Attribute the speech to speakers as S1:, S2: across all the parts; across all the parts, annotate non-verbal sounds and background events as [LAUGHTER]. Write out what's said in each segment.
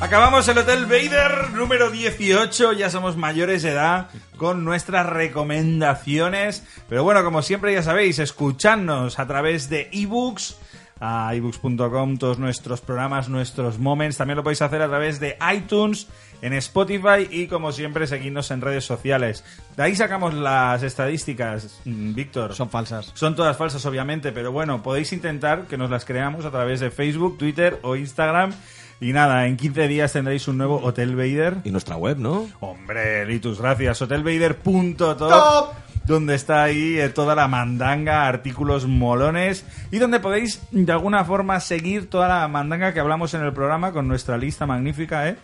S1: Acabamos el Hotel Vader número 18, ya somos mayores de edad con nuestras recomendaciones. Pero bueno, como siempre ya sabéis, escuchadnos a través de ebooks, a ebooks.com, todos nuestros programas, nuestros moments. También lo podéis hacer a través de iTunes, en Spotify y como siempre seguidnos en redes sociales. De ahí sacamos las estadísticas, mm, Víctor.
S2: Son falsas.
S1: Son todas falsas, obviamente, pero bueno, podéis intentar que nos las creamos a través de Facebook, Twitter o Instagram. Y nada, en 15 días tendréis un nuevo Hotel Vader.
S3: Y nuestra web, ¿no?
S1: Hombre, Litus, gracias. Hotelvader.top
S2: Top.
S1: donde está ahí eh, toda la mandanga, artículos molones y donde podéis de alguna forma seguir toda la mandanga que hablamos en el programa con nuestra lista magnífica, ¿eh?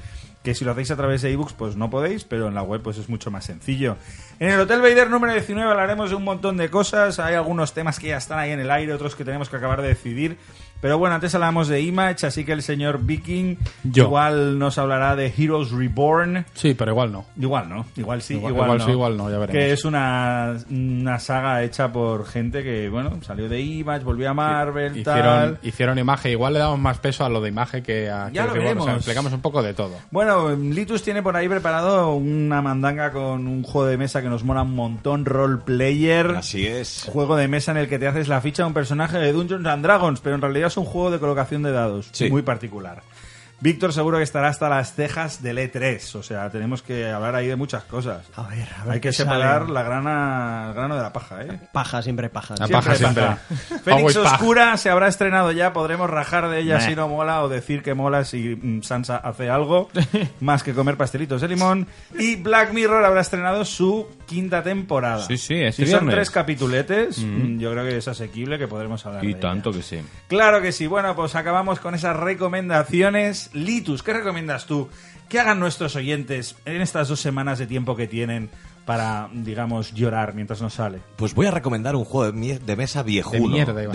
S1: que si lo hacéis a través de ebooks pues no podéis, pero en la web pues es mucho más sencillo. En el Hotel Vader número 19 hablaremos de un montón de cosas, hay algunos temas que ya están ahí en el aire, otros que tenemos que acabar de decidir, pero bueno, antes hablamos de Image, así que el señor Viking
S4: Yo.
S1: igual nos hablará de Heroes Reborn.
S4: Sí, pero igual no.
S1: Igual no, igual sí, igual,
S4: Igual- igual
S1: no.
S4: sí, igual no, ya veremos.
S1: Que es una, una saga hecha por gente que, bueno, salió de Image, volvió a Marvel,
S4: Hicieron,
S1: tal.
S4: hicieron imagen, igual le damos más peso a lo de imagen que a...
S1: Ya
S4: que
S1: lo
S4: Reborn. O sea,
S1: veremos.
S4: explicamos un poco de todo.
S1: Bueno, Litus tiene por ahí preparado una mandanga con un juego de mesa que nos mola un montón, role player.
S3: Así es.
S1: Juego de mesa en el que te haces la ficha de un personaje de Dungeons and Dragons, pero en realidad es un juego de colocación de dados,
S3: Sí.
S1: muy particular. Víctor seguro que estará hasta las cejas del E3, o sea, tenemos que hablar ahí de muchas cosas.
S2: A ver, Ah, a ver
S1: Hay que
S2: qué sale.
S1: separar la grana, el grano de la paja, ¿eh?
S2: Paja, siempre paja.
S4: La
S2: Siempre
S4: paja siempre.
S1: Félix
S4: Always paja.
S1: Oscura se habrá estrenado ya, podremos rajar de ella
S2: Meh.
S1: si no mola o decir que mola si mm, Sansa hace algo,
S5: [LAUGHS]
S1: más que comer pastelitos de limón. Y Black Mirror habrá estrenado su quinta temporada.
S5: Sí, sí, este
S1: Si son
S5: viernes.
S1: tres capituletes, mm, yo creo que es asequible que podremos hablar de
S5: Y
S1: ella.
S5: tanto que sí.
S1: Claro que sí. Bueno, pues acabamos con esas recomendaciones. Litus, ¿qué recomiendas tú? ¿Qué hagan nuestros oyentes en estas dos semanas de tiempo que tienen para, digamos, llorar mientras nos sale?
S3: Pues voy a recomendar un juego de, mie- de mesa viejuno.
S4: De mierda, iba a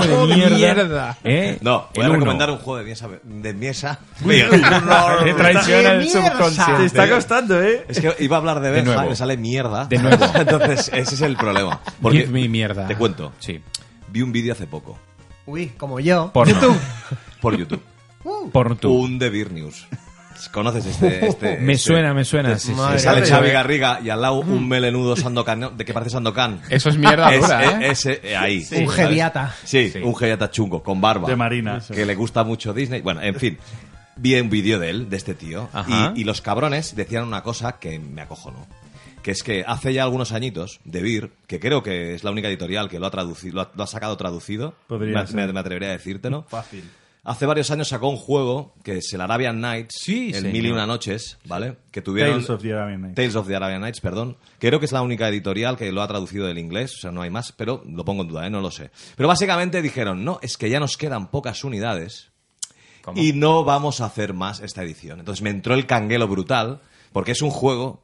S3: [LAUGHS] De mierda.
S4: ser. Un juego [LAUGHS] de mierda.
S5: ¿Eh?
S3: No, voy
S5: El
S3: a
S5: uno.
S3: recomendar un juego de mesa, de mesa
S4: Qué
S2: [LAUGHS]
S3: viejuno.
S4: traición el
S2: mierda.
S1: Te
S4: subconsciente.
S1: está costando, ¿eh?
S3: Es que iba a hablar de
S5: De
S3: Benja,
S5: nuevo.
S3: me sale mierda.
S5: De nuevo.
S3: [LAUGHS] Entonces, ese es el problema. Porque
S4: Give me mierda.
S3: Te cuento.
S5: Sí.
S3: Vi un vídeo hace poco
S2: Uy, como yo.
S5: Porno.
S3: por YouTube.
S5: Porno tú.
S3: Un de Beer News. ¿Conoces este? este-
S5: Me
S3: este-
S5: suena, me suena. sí, sí.
S3: Que
S2: Madre
S3: sale
S2: mía.
S3: Xavi Garriga y al lado un melenudo Sandokan, ¿no? de que parece Sandokan.
S4: Eso es mierda
S3: Es-
S4: dura, ¿eh?
S3: es- es- eh, ahí.
S2: Un
S3: ¿sabes?
S2: geriata.
S3: Sí,
S5: Sí.
S3: un geriata chungo, con barba.
S1: De Marina.
S3: Que le gusta mucho Disney. Bueno, en fin. Vi un vídeo de él, de este tío.
S5: Ajá.
S3: Y, y los cabrones decían una cosa que me acojonó. Que es que hace ya algunos añitos, De Beer, que creo que es la única editorial que lo ha, traducido, lo ha, lo ha sacado traducido.
S1: Podría
S3: me,
S1: ser.
S3: me- me atrevería a decírtelo.
S1: Fácil.
S3: Hace varios años sacó un juego que es el Arabian Nights,
S5: Sí,
S3: el
S5: señor.
S3: Mil y una Noches, ¿vale? Que tuvieron
S1: Tales of the Arabian Nights.
S3: Tales of the Arabian Nights, perdón. Creo que es la única editorial que lo ha traducido del inglés, o sea, no hay más, pero lo pongo en duda, ¿eh? no lo sé. Pero básicamente dijeron, no, es que ya nos quedan pocas unidades
S5: ¿Cómo?
S3: y no vamos a hacer más esta edición. Entonces me entró el canguelo brutal, porque es un juego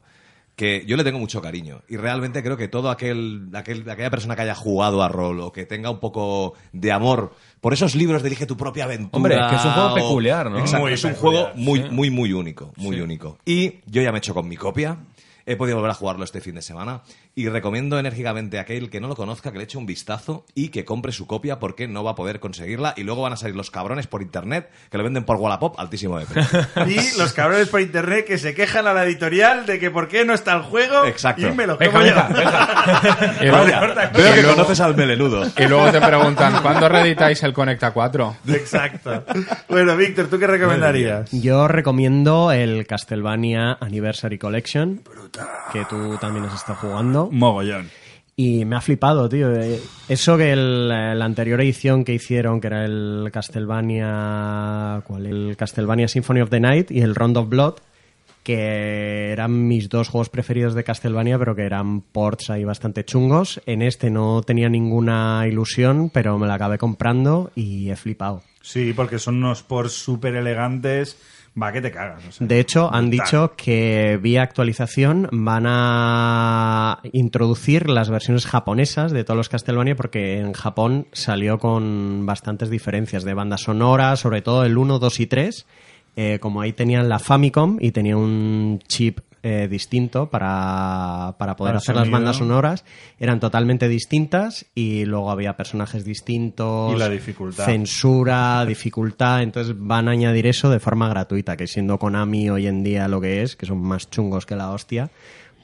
S3: que yo le tengo mucho cariño y realmente creo que todo aquel, aquel aquella persona que haya jugado a rol o que tenga un poco de amor por esos libros de elige tu propia aventura
S5: Hombre, es que es un juego
S3: o-
S5: peculiar, ¿no?
S3: Exacto,
S5: Muy
S3: es un
S5: peculiar,
S3: juego muy
S5: sí.
S3: muy muy único, muy único. Y yo ya me he hecho con mi copia. He podido volver a jugarlo este fin de semana y recomiendo enérgicamente a aquel que no lo conozca que le eche un vistazo y que compre su copia porque no va a poder conseguirla y luego van a salir los cabrones por internet que lo venden por Wallapop altísimo de precio.
S1: [LAUGHS]
S6: [LAUGHS]
S1: Y los cabrones por internet que se quejan a la editorial de que por qué no está el juego
S3: Exacto.
S1: y me lo
S4: Venga,
S1: como yo.
S4: venga, venga. Y luego-
S3: Veo que
S4: y luego-
S3: conoces al melenudo.
S6: [LAUGHS]
S4: Y luego te preguntan, ¿cuándo reeditáis el Conecta 4?
S1: [LAUGHS] Exacto. Bueno, Víctor, ¿tú qué recomendarías?
S2: Yo recomiendo el Castlevania Anniversary Collection, que tú también has estado jugando.
S1: Mogollón.
S2: Y me ha flipado, tío. Eh, Eso que el- la anterior edición que hicieron, que era el Castlevania. ¿Cuál? El Castlevania Symphony of the Night y el Round of Blood, que eran mis dos juegos preferidos de Castlevania, pero que eran ports ahí bastante chungos. En este no tenía ninguna ilusión, pero me la acabé comprando y he flipado.
S1: Sí, porque son unos por súper elegantes. Va, que te cagas. o sea.
S2: De hecho, han
S1: Brutal.
S2: dicho que vía actualización van a introducir las versiones japonesas de todos los Castlevania porque en Japón salió con bastantes diferencias de bandas sonoras, sobre todo el 1, 2 y 3. Eh, como ahí tenían la Famicom y tenía un chip eh, distinto para, para poder
S5: Para
S2: hacer las
S5: sonido.
S2: bandas sonoras. Eran totalmente distintas y luego había personajes distintos.
S1: Y la dificultad.
S2: Censura, dificultad. Entonces van a añadir eso de forma gratuita, que siendo Konami hoy en día lo que es, que son más chungos que la hostia,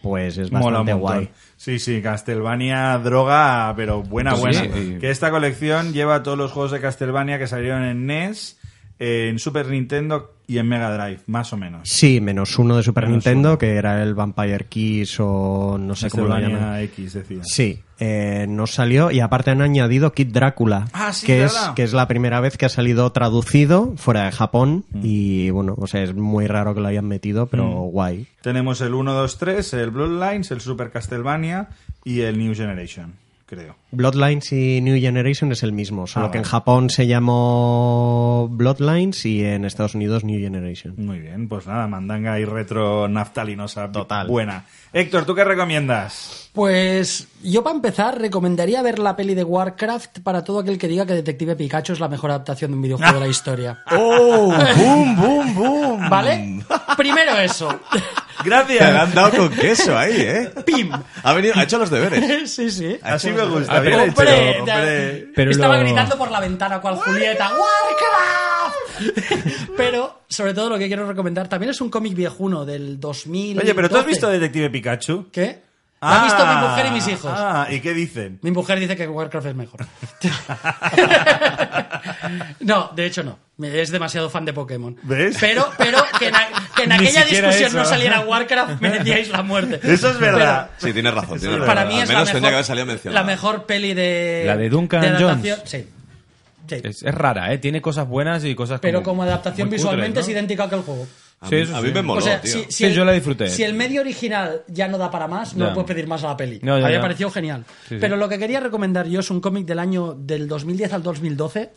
S2: pues es
S1: Mola un
S2: bastante
S1: montón.
S2: guay.
S1: Sí, sí, Castlevania droga, pero buena,
S5: Sí,
S1: buena.
S5: sí.
S1: Que esta colección lleva todos los juegos de Castlevania que salieron en NES, en Super Nintendo y en Mega Drive, más o menos.
S2: Sí, menos uno de Super
S1: Menos
S2: Nintendo, que era el Vampire Kiss o no sé cómo lo llaman.
S1: Castlevania eh. X, decía.
S2: Sí, eh, no salió y aparte han añadido Kid Drácula,
S1: Ah, sí,
S2: que, es,
S1: ¿verdad?
S2: que es la primera vez que ha salido traducido fuera de Japón
S1: Mm.
S2: y bueno, o sea, es muy raro que lo hayan metido, pero guay.
S1: Tenemos el 1, 2, 3, el Bloodlines, el Super Castlevania y el New Generation, creo.
S2: Bloodlines y New Generation es el mismo, solo
S1: Ah,
S2: que en
S1: vale.
S2: Japón se llamó Bloodlines y en Estados Unidos New Generation.
S1: Muy bien, pues nada, mandanga y retro naftalinosa.
S2: Total.
S1: Buena. Héctor, ¿tú qué recomiendas?
S6: Pues yo para empezar recomendaría ver la peli de Warcraft para todo aquel que diga que Detective Pikachu es la mejor adaptación de un
S1: [LAUGHS]
S6: videojuego de la historia.
S3: ¡Oh! ¡Bum, bum,
S1: [LAUGHS]
S3: bum!
S6: ¿Vale? Primero eso. [LAUGHS]
S3: Te la
S1: Gracias.
S3: han dado con queso ahí, ¿eh?
S6: ¡Pim!
S3: Ha, venido, ha hecho los deberes.
S6: Sí, sí.
S1: Así me gusta.
S5: Ah,
S1: bien
S5: pero-
S1: hecho,
S6: ¡Hombre!
S1: hombre.
S5: Pero
S6: Estaba
S5: lo-
S6: gritando por la ventana cual Julieta. ¡Warcraft! [LAUGHS] Pero, sobre todo, lo que quiero recomendar también es un cómic viejuno del 2000.
S1: Oye, pero ¿tú has visto Detective Pikachu?
S6: ¿Qué? La ha visto
S1: Ah,
S6: mi mujer y mis hijos.
S1: Ah, ¿y qué dicen?
S6: Mi mujer dice que Warcraft es mejor.
S5: [LAUGHS]
S6: no, de hecho no. Es demasiado fan de Pokémon.
S1: ¿Ves?
S6: Pero, pero que en, a- que en
S5: [LAUGHS] Ni
S6: aquella
S5: siquiera
S6: discusión
S5: eso.
S6: no saliera Warcraft, merecíais la muerte.
S1: Eso es verdad.
S3: Sí, tienes razón. Tienes
S6: Pero
S3: razón.
S6: para mí
S3: Al
S6: es
S3: menos
S6: la mejor,
S3: tendría que haber salido mencionado.
S6: la mejor peli de.
S5: La de Duncan
S6: adaptación-
S5: Jones.
S6: Sí. Sí.
S5: Es, es rara, ¿eh? Tiene cosas buenas y cosas
S6: Pero como adaptación
S5: muy cutres,
S6: visualmente
S5: ¿no?
S6: es idéntica a que el juego.
S3: A
S5: Sí,
S3: mí,
S5: eso
S3: a mí
S5: sí.
S3: me moló,
S6: o sea,
S3: tío.
S6: si, si
S5: Sí, yo la disfruté.
S6: Si el medio original ya no da para más, no
S5: Ya.
S6: le puedes pedir más a la peli.
S5: No, ya,
S6: a mí me
S5: ya.
S6: pareció genial.
S5: Sí, sí.
S6: Pero lo que quería recomendar yo es un cómic del año del 2010 al 2012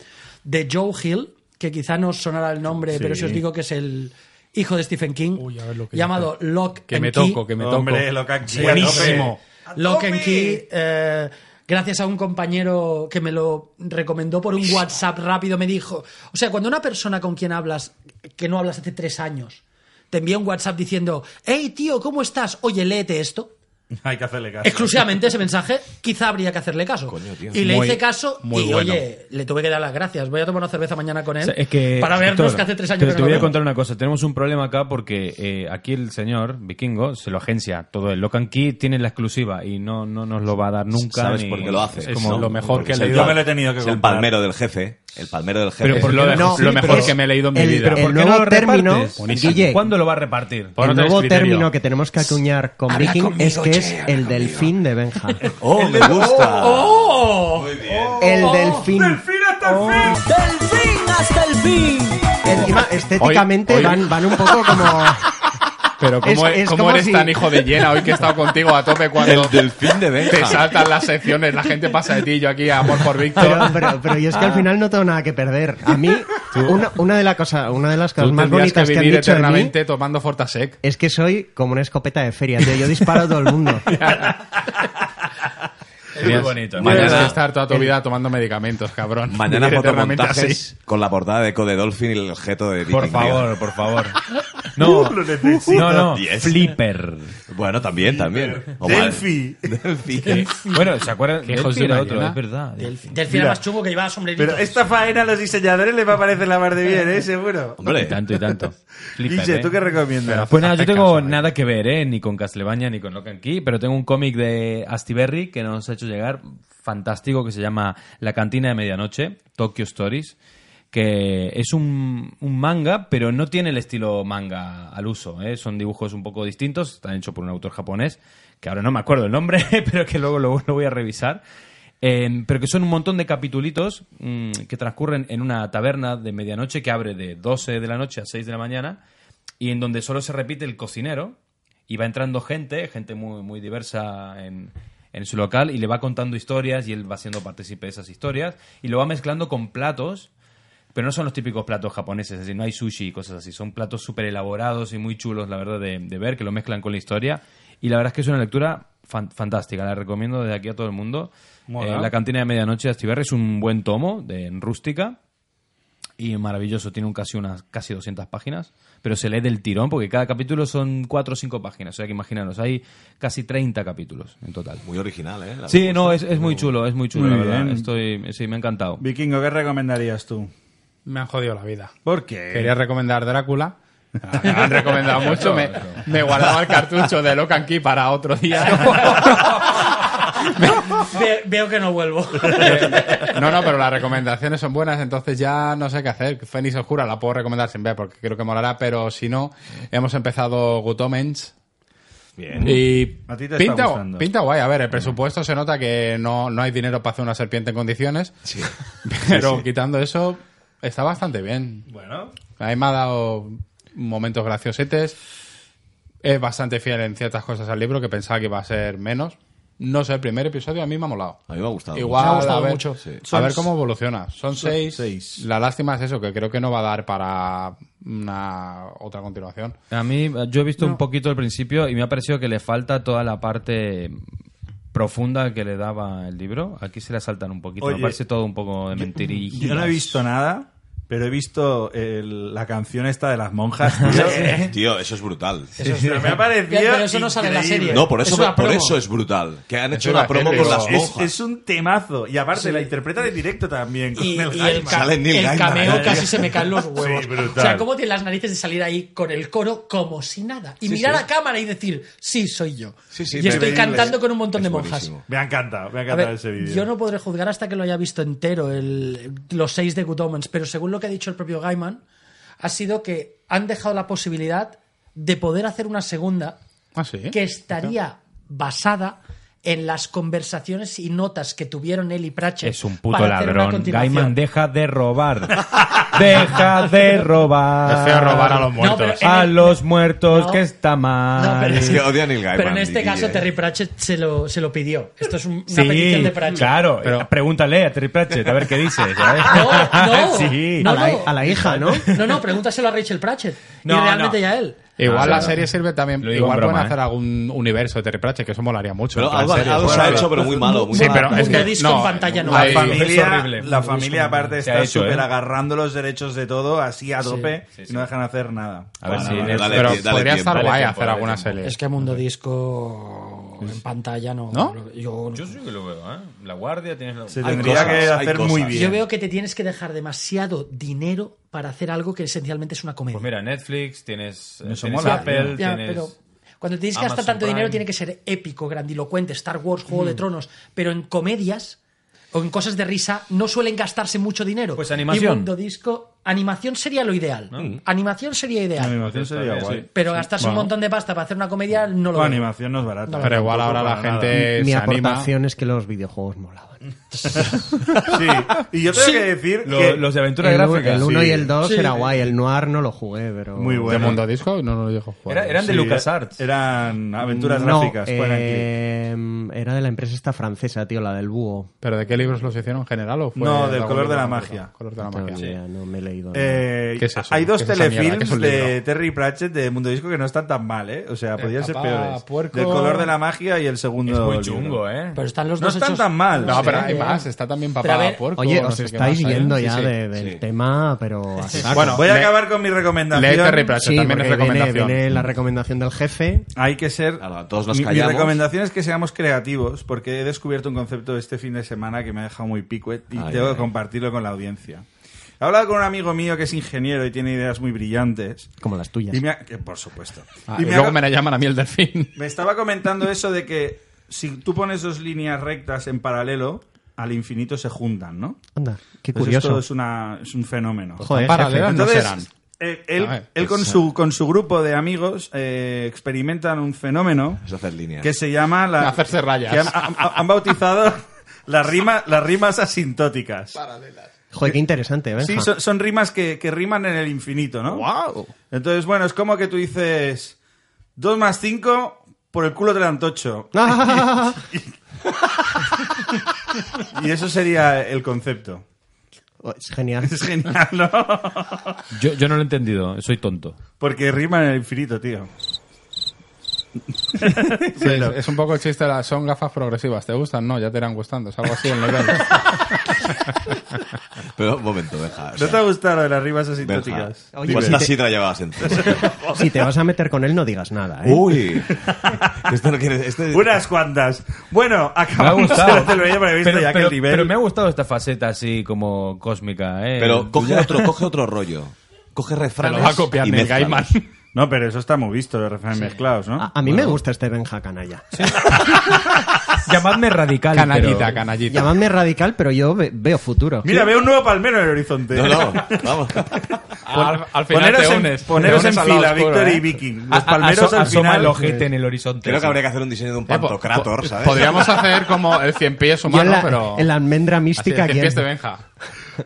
S6: de Joe Hill, que quizá no os sonará el nombre, pero si os digo que es el hijo de Stephen King,
S4: Uy, a ver lo que
S6: llamado
S4: dice.
S6: Lock
S4: Que
S6: and
S4: me
S6: Key.
S4: toco, que me toco.
S1: Hombre, lo que han hecho.
S4: Buenísimo.
S6: Lock and
S1: ¡Atomic!
S6: Key, eh, gracias a un compañero que me lo recomendó por un WhatsApp rápido, me dijo, o sea, cuando una persona con quien hablas, que no hablas hace tres años, te envía un WhatsApp diciendo, hey tío, ¿cómo estás? Oye, léete esto.
S1: Hay que hacerle caso.
S6: Exclusivamente ese mensaje, quizá habría que hacerle caso. y le
S5: Muy-
S6: hice caso
S5: muy
S6: y
S5: bueno.
S6: oye, le tuve que dar las gracias. Voy a tomar una cerveza mañana con él
S5: O sea, es que,
S6: ¿Eh? para vernos
S5: Héctor,
S6: que hace tres años
S5: Te,
S6: que
S5: te
S6: no
S5: voy a
S6: nos vemos.
S5: contar una cosa. Tenemos un problema acá porque eh, aquí el señor vikingo se lo agencia todo. El Locan Key tiene la exclusiva y no, no nos lo va a dar nunca.
S3: ¿Sabes
S5: ni-
S3: por qué lo hace?
S5: Es como
S4: lo mejor
S3: Porque
S4: que he
S3: es
S4: leído.
S3: el
S1: Yo
S3: pal-
S1: me lo he tenido que
S3: Es el
S1: comprar.
S3: palmero del jefe. El palmero del jefe.
S5: Pero por lo, de-
S2: No,
S5: lo
S2: sí,
S5: mejor
S2: pero es-
S5: que me he leído en mi
S2: el-
S5: vida.
S2: pero
S5: ¿Por
S2: el
S5: qué no
S2: nuevo
S5: lo repartes?
S2: término-
S5: Buenísimo.
S2: Guille.
S5: ¿Cuándo lo va a repartir?
S2: El
S5: otro
S2: nuevo
S5: criterio.
S2: término que tenemos que acuñar con Viking es que es el delfín de Benja.
S3: ¡Oh, me gusta!
S6: [LAUGHS] ¡Oh!
S2: el delfín. Oh.
S7: hasta el fin.
S2: Encima, estéticamente
S4: Hoy- hoy-
S2: Van, van un poco como.
S4: Pero ¿cómo,
S2: Es- es
S4: cómo
S2: como
S4: eres
S2: si-
S4: tan hijo de llena hoy que he estado contigo a tope cuando
S3: El delfín de
S4: te
S3: Benja.
S4: saltan las secciones, la gente pasa de ti, yo aquí a amor por
S2: Pero,
S4: Víctor.
S2: pero, pero yo es que al final no tengo nada que perder. A mí, una, una de, la cosa, una de las cosas
S4: Tú
S2: más
S4: tendrías que
S2: bonitas que, han
S4: vivir
S2: dicho de mí
S4: eternamente tomando Fortasec.
S2: es que soy como una escopeta de feria. tío. Yo disparo a todo el mundo.
S5: Es muy bonito.
S3: Mañana-
S4: Tienes que estar toda tu vida tomando medicamentos, cabrón.
S3: Mañana
S4: Vivir eternamente así.
S3: fotomontajes con la portada de Code Dolphin y el objeto de
S5: Por
S3: Viking, tío.
S5: favor, por favor. No, no, no.
S3: Yes.
S5: Flipper.
S3: Bueno, también, también.
S1: Oh,
S3: O mal.
S1: Delphi.
S3: Delphi.
S5: Bueno, ¿se acuerdan?
S4: Qué hijos
S5: Delphi
S4: de
S5: era
S4: una
S5: otro, ¿eh?
S4: hiena.
S5: es verdad.
S6: Del- Delfín era más chungo que llevaba sombrerito.
S1: Pero esta faena a los diseñadores les va a parecer la mar de bien, ¿eh? Seguro.
S5: Y
S3: Hombre,
S5: tanto y tanto.
S1: [LAUGHS]
S5: Flipper,
S1: Guille,
S5: ¿eh?
S1: ¿tú qué recomiendas?
S5: Pues nada, yo tengo nada que ver, ¿eh? Ni con Castlevania ni con Locan Key, pero tengo un cómic de Astiberri que nos ha hecho llegar, fantástico, que se llama La Cantina de Medianoche, Tokyo Stories, que es un, un manga, pero no tiene el estilo manga al uso, ¿eh? Son dibujos un poco distintos, están hechos por un autor japonés, que ahora no me acuerdo el nombre, [LAUGHS] pero que luego lo- lo voy a revisar. Eh, pero que son un montón de capitulitos mm, que transcurren en una taberna de medianoche que abre de 12 de la noche a 6 de la mañana y en donde solo se repite el cocinero y va entrando gente, gente muy, muy diversa en, en su local y le va contando historias y él va siendo partícipe de esas historias y lo va mezclando con platos pero no son los típicos platos japoneses, es decir, no hay sushi y cosas así. Son platos súper elaborados y muy chulos, la verdad, de, de ver, que lo mezclan con la historia. Y la verdad es que es una lectura fan- fantástica, la recomiendo desde aquí a todo el mundo.
S1: Mola.
S5: Eh, la cantina de medianoche de Astiberri es un buen tomo de en rústica. y maravilloso, tiene un casi unas casi 200 páginas, pero se lee del tirón porque cada capítulo son 4 o 5 páginas, o sea que imaginaros, hay casi 30 capítulos en total.
S3: Muy original, ¿eh? La
S5: Sí,
S3: propuesta.
S5: no, es, es muy chulo, es muy chulo,
S1: Muy
S5: la verdad.
S1: bien.
S5: Estoy, sí, me ha encantado.
S1: Vikingo, ¿qué recomendarías tú?
S4: Me han jodido la vida.
S1: ¿Por qué?
S4: Quería recomendar Drácula. Ah, Me han recomendado mucho. Me, me guardaba el cartucho de Locan Key para otro día.
S6: Ve- veo que
S3: [LAUGHS]
S6: no vuelvo.
S4: Eh, No, no, pero las recomendaciones son buenas, entonces ya no sé qué hacer. Fénix Oscura la puedo recomendar sin ver porque creo que molará, pero si no, hemos empezado Gutomens.
S3: Bien.
S4: Y
S1: A ti te está
S4: pinta,
S1: gustando.
S4: pinta guay, a ver, el presupuesto se nota que no, no hay dinero para hacer una serpiente en condiciones,
S3: Sí.
S4: [LAUGHS] pero quitando eso, está bastante bien.
S1: Bueno,
S4: Ahí me ha dado momentos graciosetes. Es bastante fiel en ciertas cosas al libro que pensaba que iba a ser menos. No sé, el primer episodio a mí me ha molado.
S3: A mí me ha gustado.
S4: Igual,
S6: Me ha gustado
S4: a ver,
S6: mucho.
S3: Sí.
S4: a
S6: Son-
S4: ver cómo evoluciona. Son seis.
S1: seis.
S4: La lástima es eso, que creo que no va a dar para una otra continuación.
S5: A mí, yo he visto un poquito al principio y me ha parecido que le falta toda la parte profunda que le daba el libro. Aquí se le saltan un poquito.
S1: Oye,
S5: me parece todo un poco de mentirillas.
S1: yo no he visto nada, pero he visto el- la canción esta de las monjas, tío.
S3: Tío, eso es brutal.
S1: Pero me ha parecido
S6: Ya, pero eso no sale en la
S1: increíble.
S6: serie.
S3: No, por
S6: Es
S3: eso,
S6: una
S3: por
S6: promo.
S3: eso es brutal. Que han
S4: Es
S3: hecho una
S4: una
S3: promo
S4: peli,
S3: con
S4: pero-
S3: las
S1: Es,
S3: monjas.
S1: es un temazo. Y aparte, la interpreta de directo también. con
S6: Y,
S1: el
S6: y el,
S1: Gaiman.
S6: ca-
S3: Sale Neil
S6: el
S3: Gaiman,
S6: cameo
S3: ¿eh?
S6: casi se me caen los huevos.
S1: Sí, brutal.
S6: o sea, cómo tiene las narices de salir ahí con el coro como si nada. Y mirar a cámara y decir, sí, soy yo.
S3: Sí, sí,
S6: y estoy
S1: increíble.
S6: cantando con un montón
S3: Es
S6: de monjas.
S3: buenísimo.
S1: Me ha encantado, me ha
S6: A
S1: encantado
S6: ver,
S1: ese vídeo.
S6: yo no podré juzgar hasta que lo haya visto entero, el, los seis de Good Omens, pero según lo que ha dicho el propio Gaiman, ha sido que han dejado la posibilidad de poder hacer una segunda
S4: Ah, sí.
S5: ¿Eh?
S6: que estaría basada en las conversaciones y notas que tuvieron él y Pratchett.
S5: Es un puto
S6: para hacer una
S5: ladrón.
S6: continuación.
S5: Gaiman, deja
S6: [LAUGHS]
S5: de robar. deja de robar.
S4: Es feo robar a los
S6: Ah, No, pero
S4: muertos.
S6: en
S5: A
S6: el-
S5: los muertos,
S6: No.
S5: que está mal.
S6: No, pero-
S3: Es que odia a Neil Gaiman.
S6: Pero en este
S3: Vicky,
S6: caso
S3: ¿eh?
S6: Terry Pratchett se lo, se lo pidió. Esto es un- una
S5: Sí,
S6: petición de Pratchett.
S5: claro.
S4: Pero-
S5: Pregúntale a Terry Pratchett a ver qué dice.
S6: [LAUGHS]
S5: ¿sabes?
S6: No, no,
S5: [LAUGHS] Sí.
S6: no,
S2: a, la,
S6: no.
S2: a la hija, ¿no?
S6: No, no, pregúntaselo a Rachel Pratchett.
S5: No,
S6: y realmente
S5: no.
S6: ya él.
S4: Igual
S5: Ah,
S4: la
S5: sí.
S4: serie sirve también.
S5: Lo digo
S4: Igual
S5: en broma,
S4: pueden hacer
S5: ¿eh?
S4: algún universo de Terry Pratchett, que eso molaría mucho.
S3: Pero
S4: en plan
S3: algo,
S4: serie,
S3: algo se
S4: ¿sabes?
S3: ha hecho, pero muy malo. Muy
S4: Sí,
S3: mal.
S4: pero es
S6: Un
S4: que
S6: disco en
S4: no,
S6: pantalla no.
S1: La
S4: hay-
S5: Ay, es
S1: familia,
S5: horrible.
S1: la familia aparte
S5: Se
S1: está
S5: ha hecho,
S1: súper
S5: ¿eh?
S1: agarrando los derechos de todo, así a tope, y no dejan hacer nada.
S5: A ver
S1: Bueno,
S5: si
S1: vale.
S5: Netflix-
S3: dale,
S4: pero
S3: tie- dale
S4: podría
S3: tiempo,
S4: estar
S3: dale
S4: guay
S3: tiempo,
S4: hacer
S3: dale
S4: alguna
S3: tiempo.
S5: Eh,
S4: serie.
S6: Es que Mundo Disco en pantalla no.
S4: ¿No?
S6: Yo,
S5: sí que lo veo, ¿eh? La guardia tienes la...
S1: Se
S3: Hay
S1: tendría
S3: cosas,
S1: que
S3: hay
S1: hacer muy
S3: cosas.
S1: bien.
S6: yo veo que te tienes que dejar demasiado dinero para hacer algo que esencialmente es una comedia.
S5: Pues mira, Netflix, tienes, eh,
S1: Eso
S5: tienes
S1: mola,
S5: Apple,
S6: Ya,
S5: tienes...
S6: pero cuando tienes que gastar
S5: Amazon
S6: tanto dinero
S5: Prime. Mm.
S6: tiene que ser épico, grandilocuente, Star Wars, Juego de Tronos, pero en comedias o en cosas de risa no suelen gastarse mucho dinero.
S5: Pues animación.
S6: Y Mundo Disco, animación sería lo ideal. Animación sería ideal.
S1: Animación sería
S5: Sí.
S1: guay.
S6: Pero gastarse un montón de pasta para hacer una comedia no lo
S1: La
S6: veo.
S1: animación no es barata.
S4: Pero igual
S1: Tampoco
S4: ahora la
S1: para nada.
S4: gente
S2: Mi
S4: se anima.
S2: aportación es que los videojuegos molaban.
S1: [LAUGHS] Sí, y yo tengo que decir
S5: Lo-
S1: que
S5: los de aventuras gráficas.
S2: El 1
S5: sí.
S2: y el 2
S6: Sí.
S2: era guay, el Noir no lo jugué, pero...
S1: Muy
S4: ¿De
S1: bueno.
S4: Mundo Disco? No, no lo dijo. jugar.
S5: Era- eran de
S1: Sí,
S5: LucasArts.
S1: Eran aventuras
S2: Mm, No,
S1: gráficas. fuera aquí.
S2: eh, era de la empresa esta francesa, tío, la del búho.
S4: ¿Pero de qué libros los hicieron en general? O fue
S1: No,
S4: de
S1: del
S4: algún
S1: color de
S4: libro
S1: la
S4: en
S1: magia.
S4: concreto? Color de la
S2: No,
S4: magia.
S2: ni idea, no me he leído. nada.
S1: Eh,
S4: ¿Qué es eso?
S1: Hay dos
S4: ¿Qué es esa mierda? ¿Qué es
S1: telefilms
S4: un
S1: de
S4: libro?
S1: Terry Pratchett de Mundo Disco que no están tan mal, ¿eh? O sea, podrían ser
S4: papá,
S1: peores.
S4: puerco.
S1: Del color de la magia y el segundo.
S5: Es
S1: libro.
S5: muy chungo, ¿eh?
S6: Pero están los
S1: No
S6: dos
S1: están
S6: hechos-
S1: tan mal.
S4: No, pero
S1: Sí.
S4: hay más. Está también
S6: Pero a
S4: Papá
S6: ver-
S4: Puerco.
S2: Oye,
S4: no
S2: os
S4: sé qué
S2: estáis
S4: más, ¿eh?
S2: yendo
S4: Sí,
S2: ya
S4: sí.
S2: de- del tema, pero a saco.
S4: Bueno,
S1: Voy a
S4: le-
S1: acabar con mi
S4: Lee
S1: recomendación.
S4: Terry Pratchett,
S2: sí,
S4: también es
S2: porque viene,
S4: recomendación.
S2: viene la recomendación del jefe.
S1: Hay que ser.
S3: Ahora, todos nos
S1: mi, mi
S3: callamos.
S1: recomendación es que seamos creativos, porque he descubierto un concepto este fin de semana que me ha dejado muy picuet y
S3: Ay,
S1: tengo
S3: ay.
S1: que compartirlo con la audiencia. He hablado con un amigo mío que es ingeniero y tiene ideas muy brillantes.
S2: Como las tuyas.
S1: Y me ha- que, por supuesto.
S4: Ah,
S1: y
S4: y
S1: me,
S4: luego
S1: ha-
S4: me la llaman a mí el delfín.
S1: me estaba comentando eso de que si tú pones dos líneas rectas en paralelo, al infinito se juntan, ¿no?
S2: Anda, qué
S1: Entonces
S2: curioso.
S1: Pues esto es, una- es un fenómeno.
S2: Joder,
S4: Para
S2: jefe.
S4: leer- no
S1: Entonces,
S4: serán.
S1: eh, él,
S4: Ah, eh,
S1: él con,
S4: pues,
S1: su, con su grupo de amigos eh, experimentan un fenómeno
S3: Es hacer líneas.
S1: que se llama la,
S4: [LAUGHS] Hacerse rayas.
S1: que han, han- han bautizado [LAUGHS] las rimas las rimas asintóticas.
S2: Joder, qué interesante, ¿ves?
S1: Sí, son, son rimas que, que riman en el infinito, ¿no?
S4: ¡Wow!
S1: Entonces, bueno, es como que tú dices 2 más 5 por el culo te dan tocho.
S4: [LAUGHS]
S1: [LAUGHS] Y eso sería el concepto.
S2: Oh, Es genial.
S1: Es genial, ¿no?
S5: Yo, yo no lo he entendido, soy tonto.
S1: Porque riman en el infinito, tío.
S4: Sí, es, es un poco el chiste, de la- son gafas progresivas. ¿Te gustan? No, ya te irán gustando. Es algo así el nivel.
S3: Pero un momento, deja. o
S1: ¿No
S3: sea,
S1: te ha gustado lo de las ribas
S3: Benja,
S1: asintóticas?
S2: Oye,
S3: ¿Cuántas
S2: si te-
S3: sidra llevabas entonces?
S2: Si te vas a meter con él, no digas nada, ¿eh?
S3: Uy. Esto no quiere- este-
S1: Unas cuantas. Bueno,
S5: Me ha
S1: acabamos
S5: gustado.
S1: de lo porque he visto
S5: Pero-
S1: ya que
S5: pero-
S1: el nivel.
S5: pero me ha gustado esta faceta así como cósmica, ¿eh?
S3: Pero
S5: Tú
S3: coge
S5: ya-
S3: otro, coge otro rollo. Coge refranes.
S4: va a copiar
S3: y
S4: Neil
S3: mézclalos.
S4: Gaiman.
S1: No, pero eso está muy visto, los refranes mezclados, ¿no?
S4: Ah,
S2: A, a mí me gusta este Benja Canalla.
S5: Llamadme radical.
S4: Canallita,
S5: pero-
S4: canallita.
S2: Llamadme radical, pero yo ve- veo futuro.
S1: Mira, veo un nuevo palmero en el horizonte.
S3: No,
S1: [LAUGHS]
S3: no, vamos.
S4: Al, al final
S1: Poneros
S4: te
S1: en,
S4: unes.
S1: poneros
S4: Te
S1: en
S4: unes al lado
S1: fila,
S4: oscuro,
S1: Víctor
S4: ¿eh?
S1: y Viking.
S5: A-
S1: Los
S5: a-
S1: palmeros
S5: aso-
S1: al
S5: asoma
S1: final.
S5: el ojete en el horizonte.
S3: Creo
S5: así.
S3: que habría que hacer un diseño de un
S4: Eh, po-
S3: pantocrator,
S4: po-
S3: ¿sabes?
S4: Podríamos hacer como el cien pies
S2: Yo en
S4: humano,
S2: la,
S4: pero...
S2: en la almendra
S4: Así, este el
S2: mística
S4: cien
S2: aquí.
S4: pies de Benja.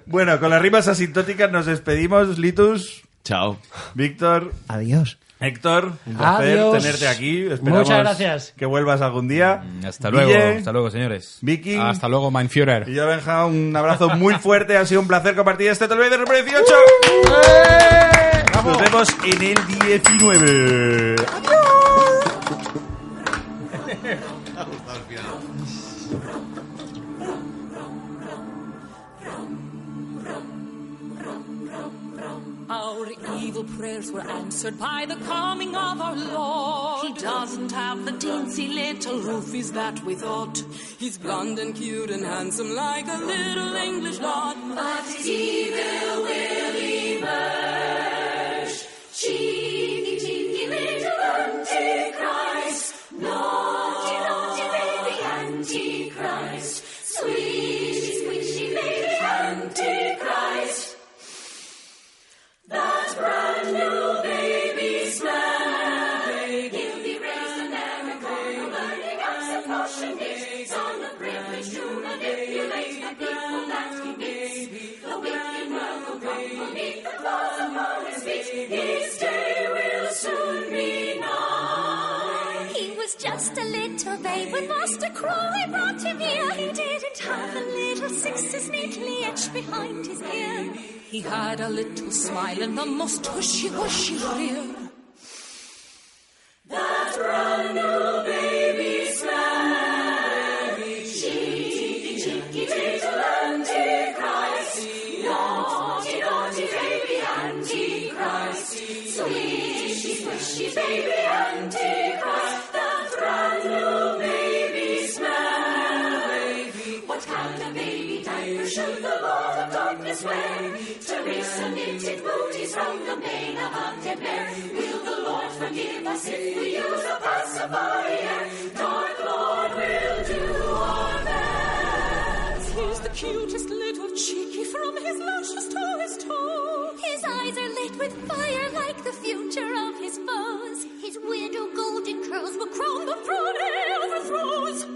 S1: Bueno, con las rimas asintóticas nos despedimos. Litus,
S3: Chao.
S1: Víctor,
S2: Adiós.
S1: Héctor, un placer
S6: Adiós.
S1: tenerte aquí. Esperamos
S6: Muchas gracias.
S1: que vuelvas algún día.
S5: Mm, Hasta luego,
S1: Guille,
S5: hasta luego, señores.
S1: Viking.
S4: Hasta luego, Mindfuhrer.
S1: Y yo, Benja, un abrazo muy fuerte. Ha sido un placer compartir este Televisión de Repre 18. ¡Eh! Nos vemos en el 19.
S7: Our evil prayers were answered by the coming of our Lord. He doesn't have the teensy little roofies that we thought. He's blonde and cute and handsome like a little English lord. But his evil will emerge. Cheeky, cheeky little Antichrist. Naughty, naughty baby Antichrist. Squishy, squishy baby Antichrist. That brand new baby smell. Give the raise an American burning as a portion is on the privilege to manipulate the people that he needs. The wicked world will come beneath the claws of Horace feet. His day will soon be nigh.
S8: He was just a little babe when Master Crowley brought him here. He didn't have a little sixes neatly etched behind his ear.
S7: He had a little smile and the most hushy-hushy leer. That brand new baby smell. Cheeky, cheeky little Antichrist. Naughty, naughty baby Antichrist. Swishy, swishy baby Antichrist. That brand new baby smell. What kind of baby diaper should the Lord of Darkness wear? Teresa knitted booties from the mane of a dead bear. Will the Lord forgive us if we use a pacifier? Dark Lord will do our best. He's the cutest little cheeky from his luscious to his toe.
S8: His eyes are lit with fire like the future of his foes. His weird old golden curls will crown the throne he overthrows.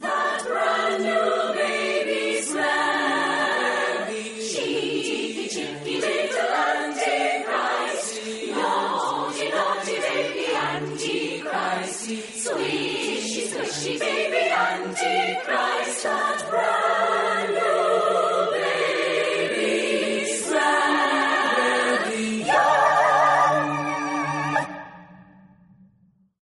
S7: That brand new baby smell. Cheeky, cheeky little Antichrist. Naughty, naughty baby Antichrist. Swishy, swishy baby Antichrist. That brand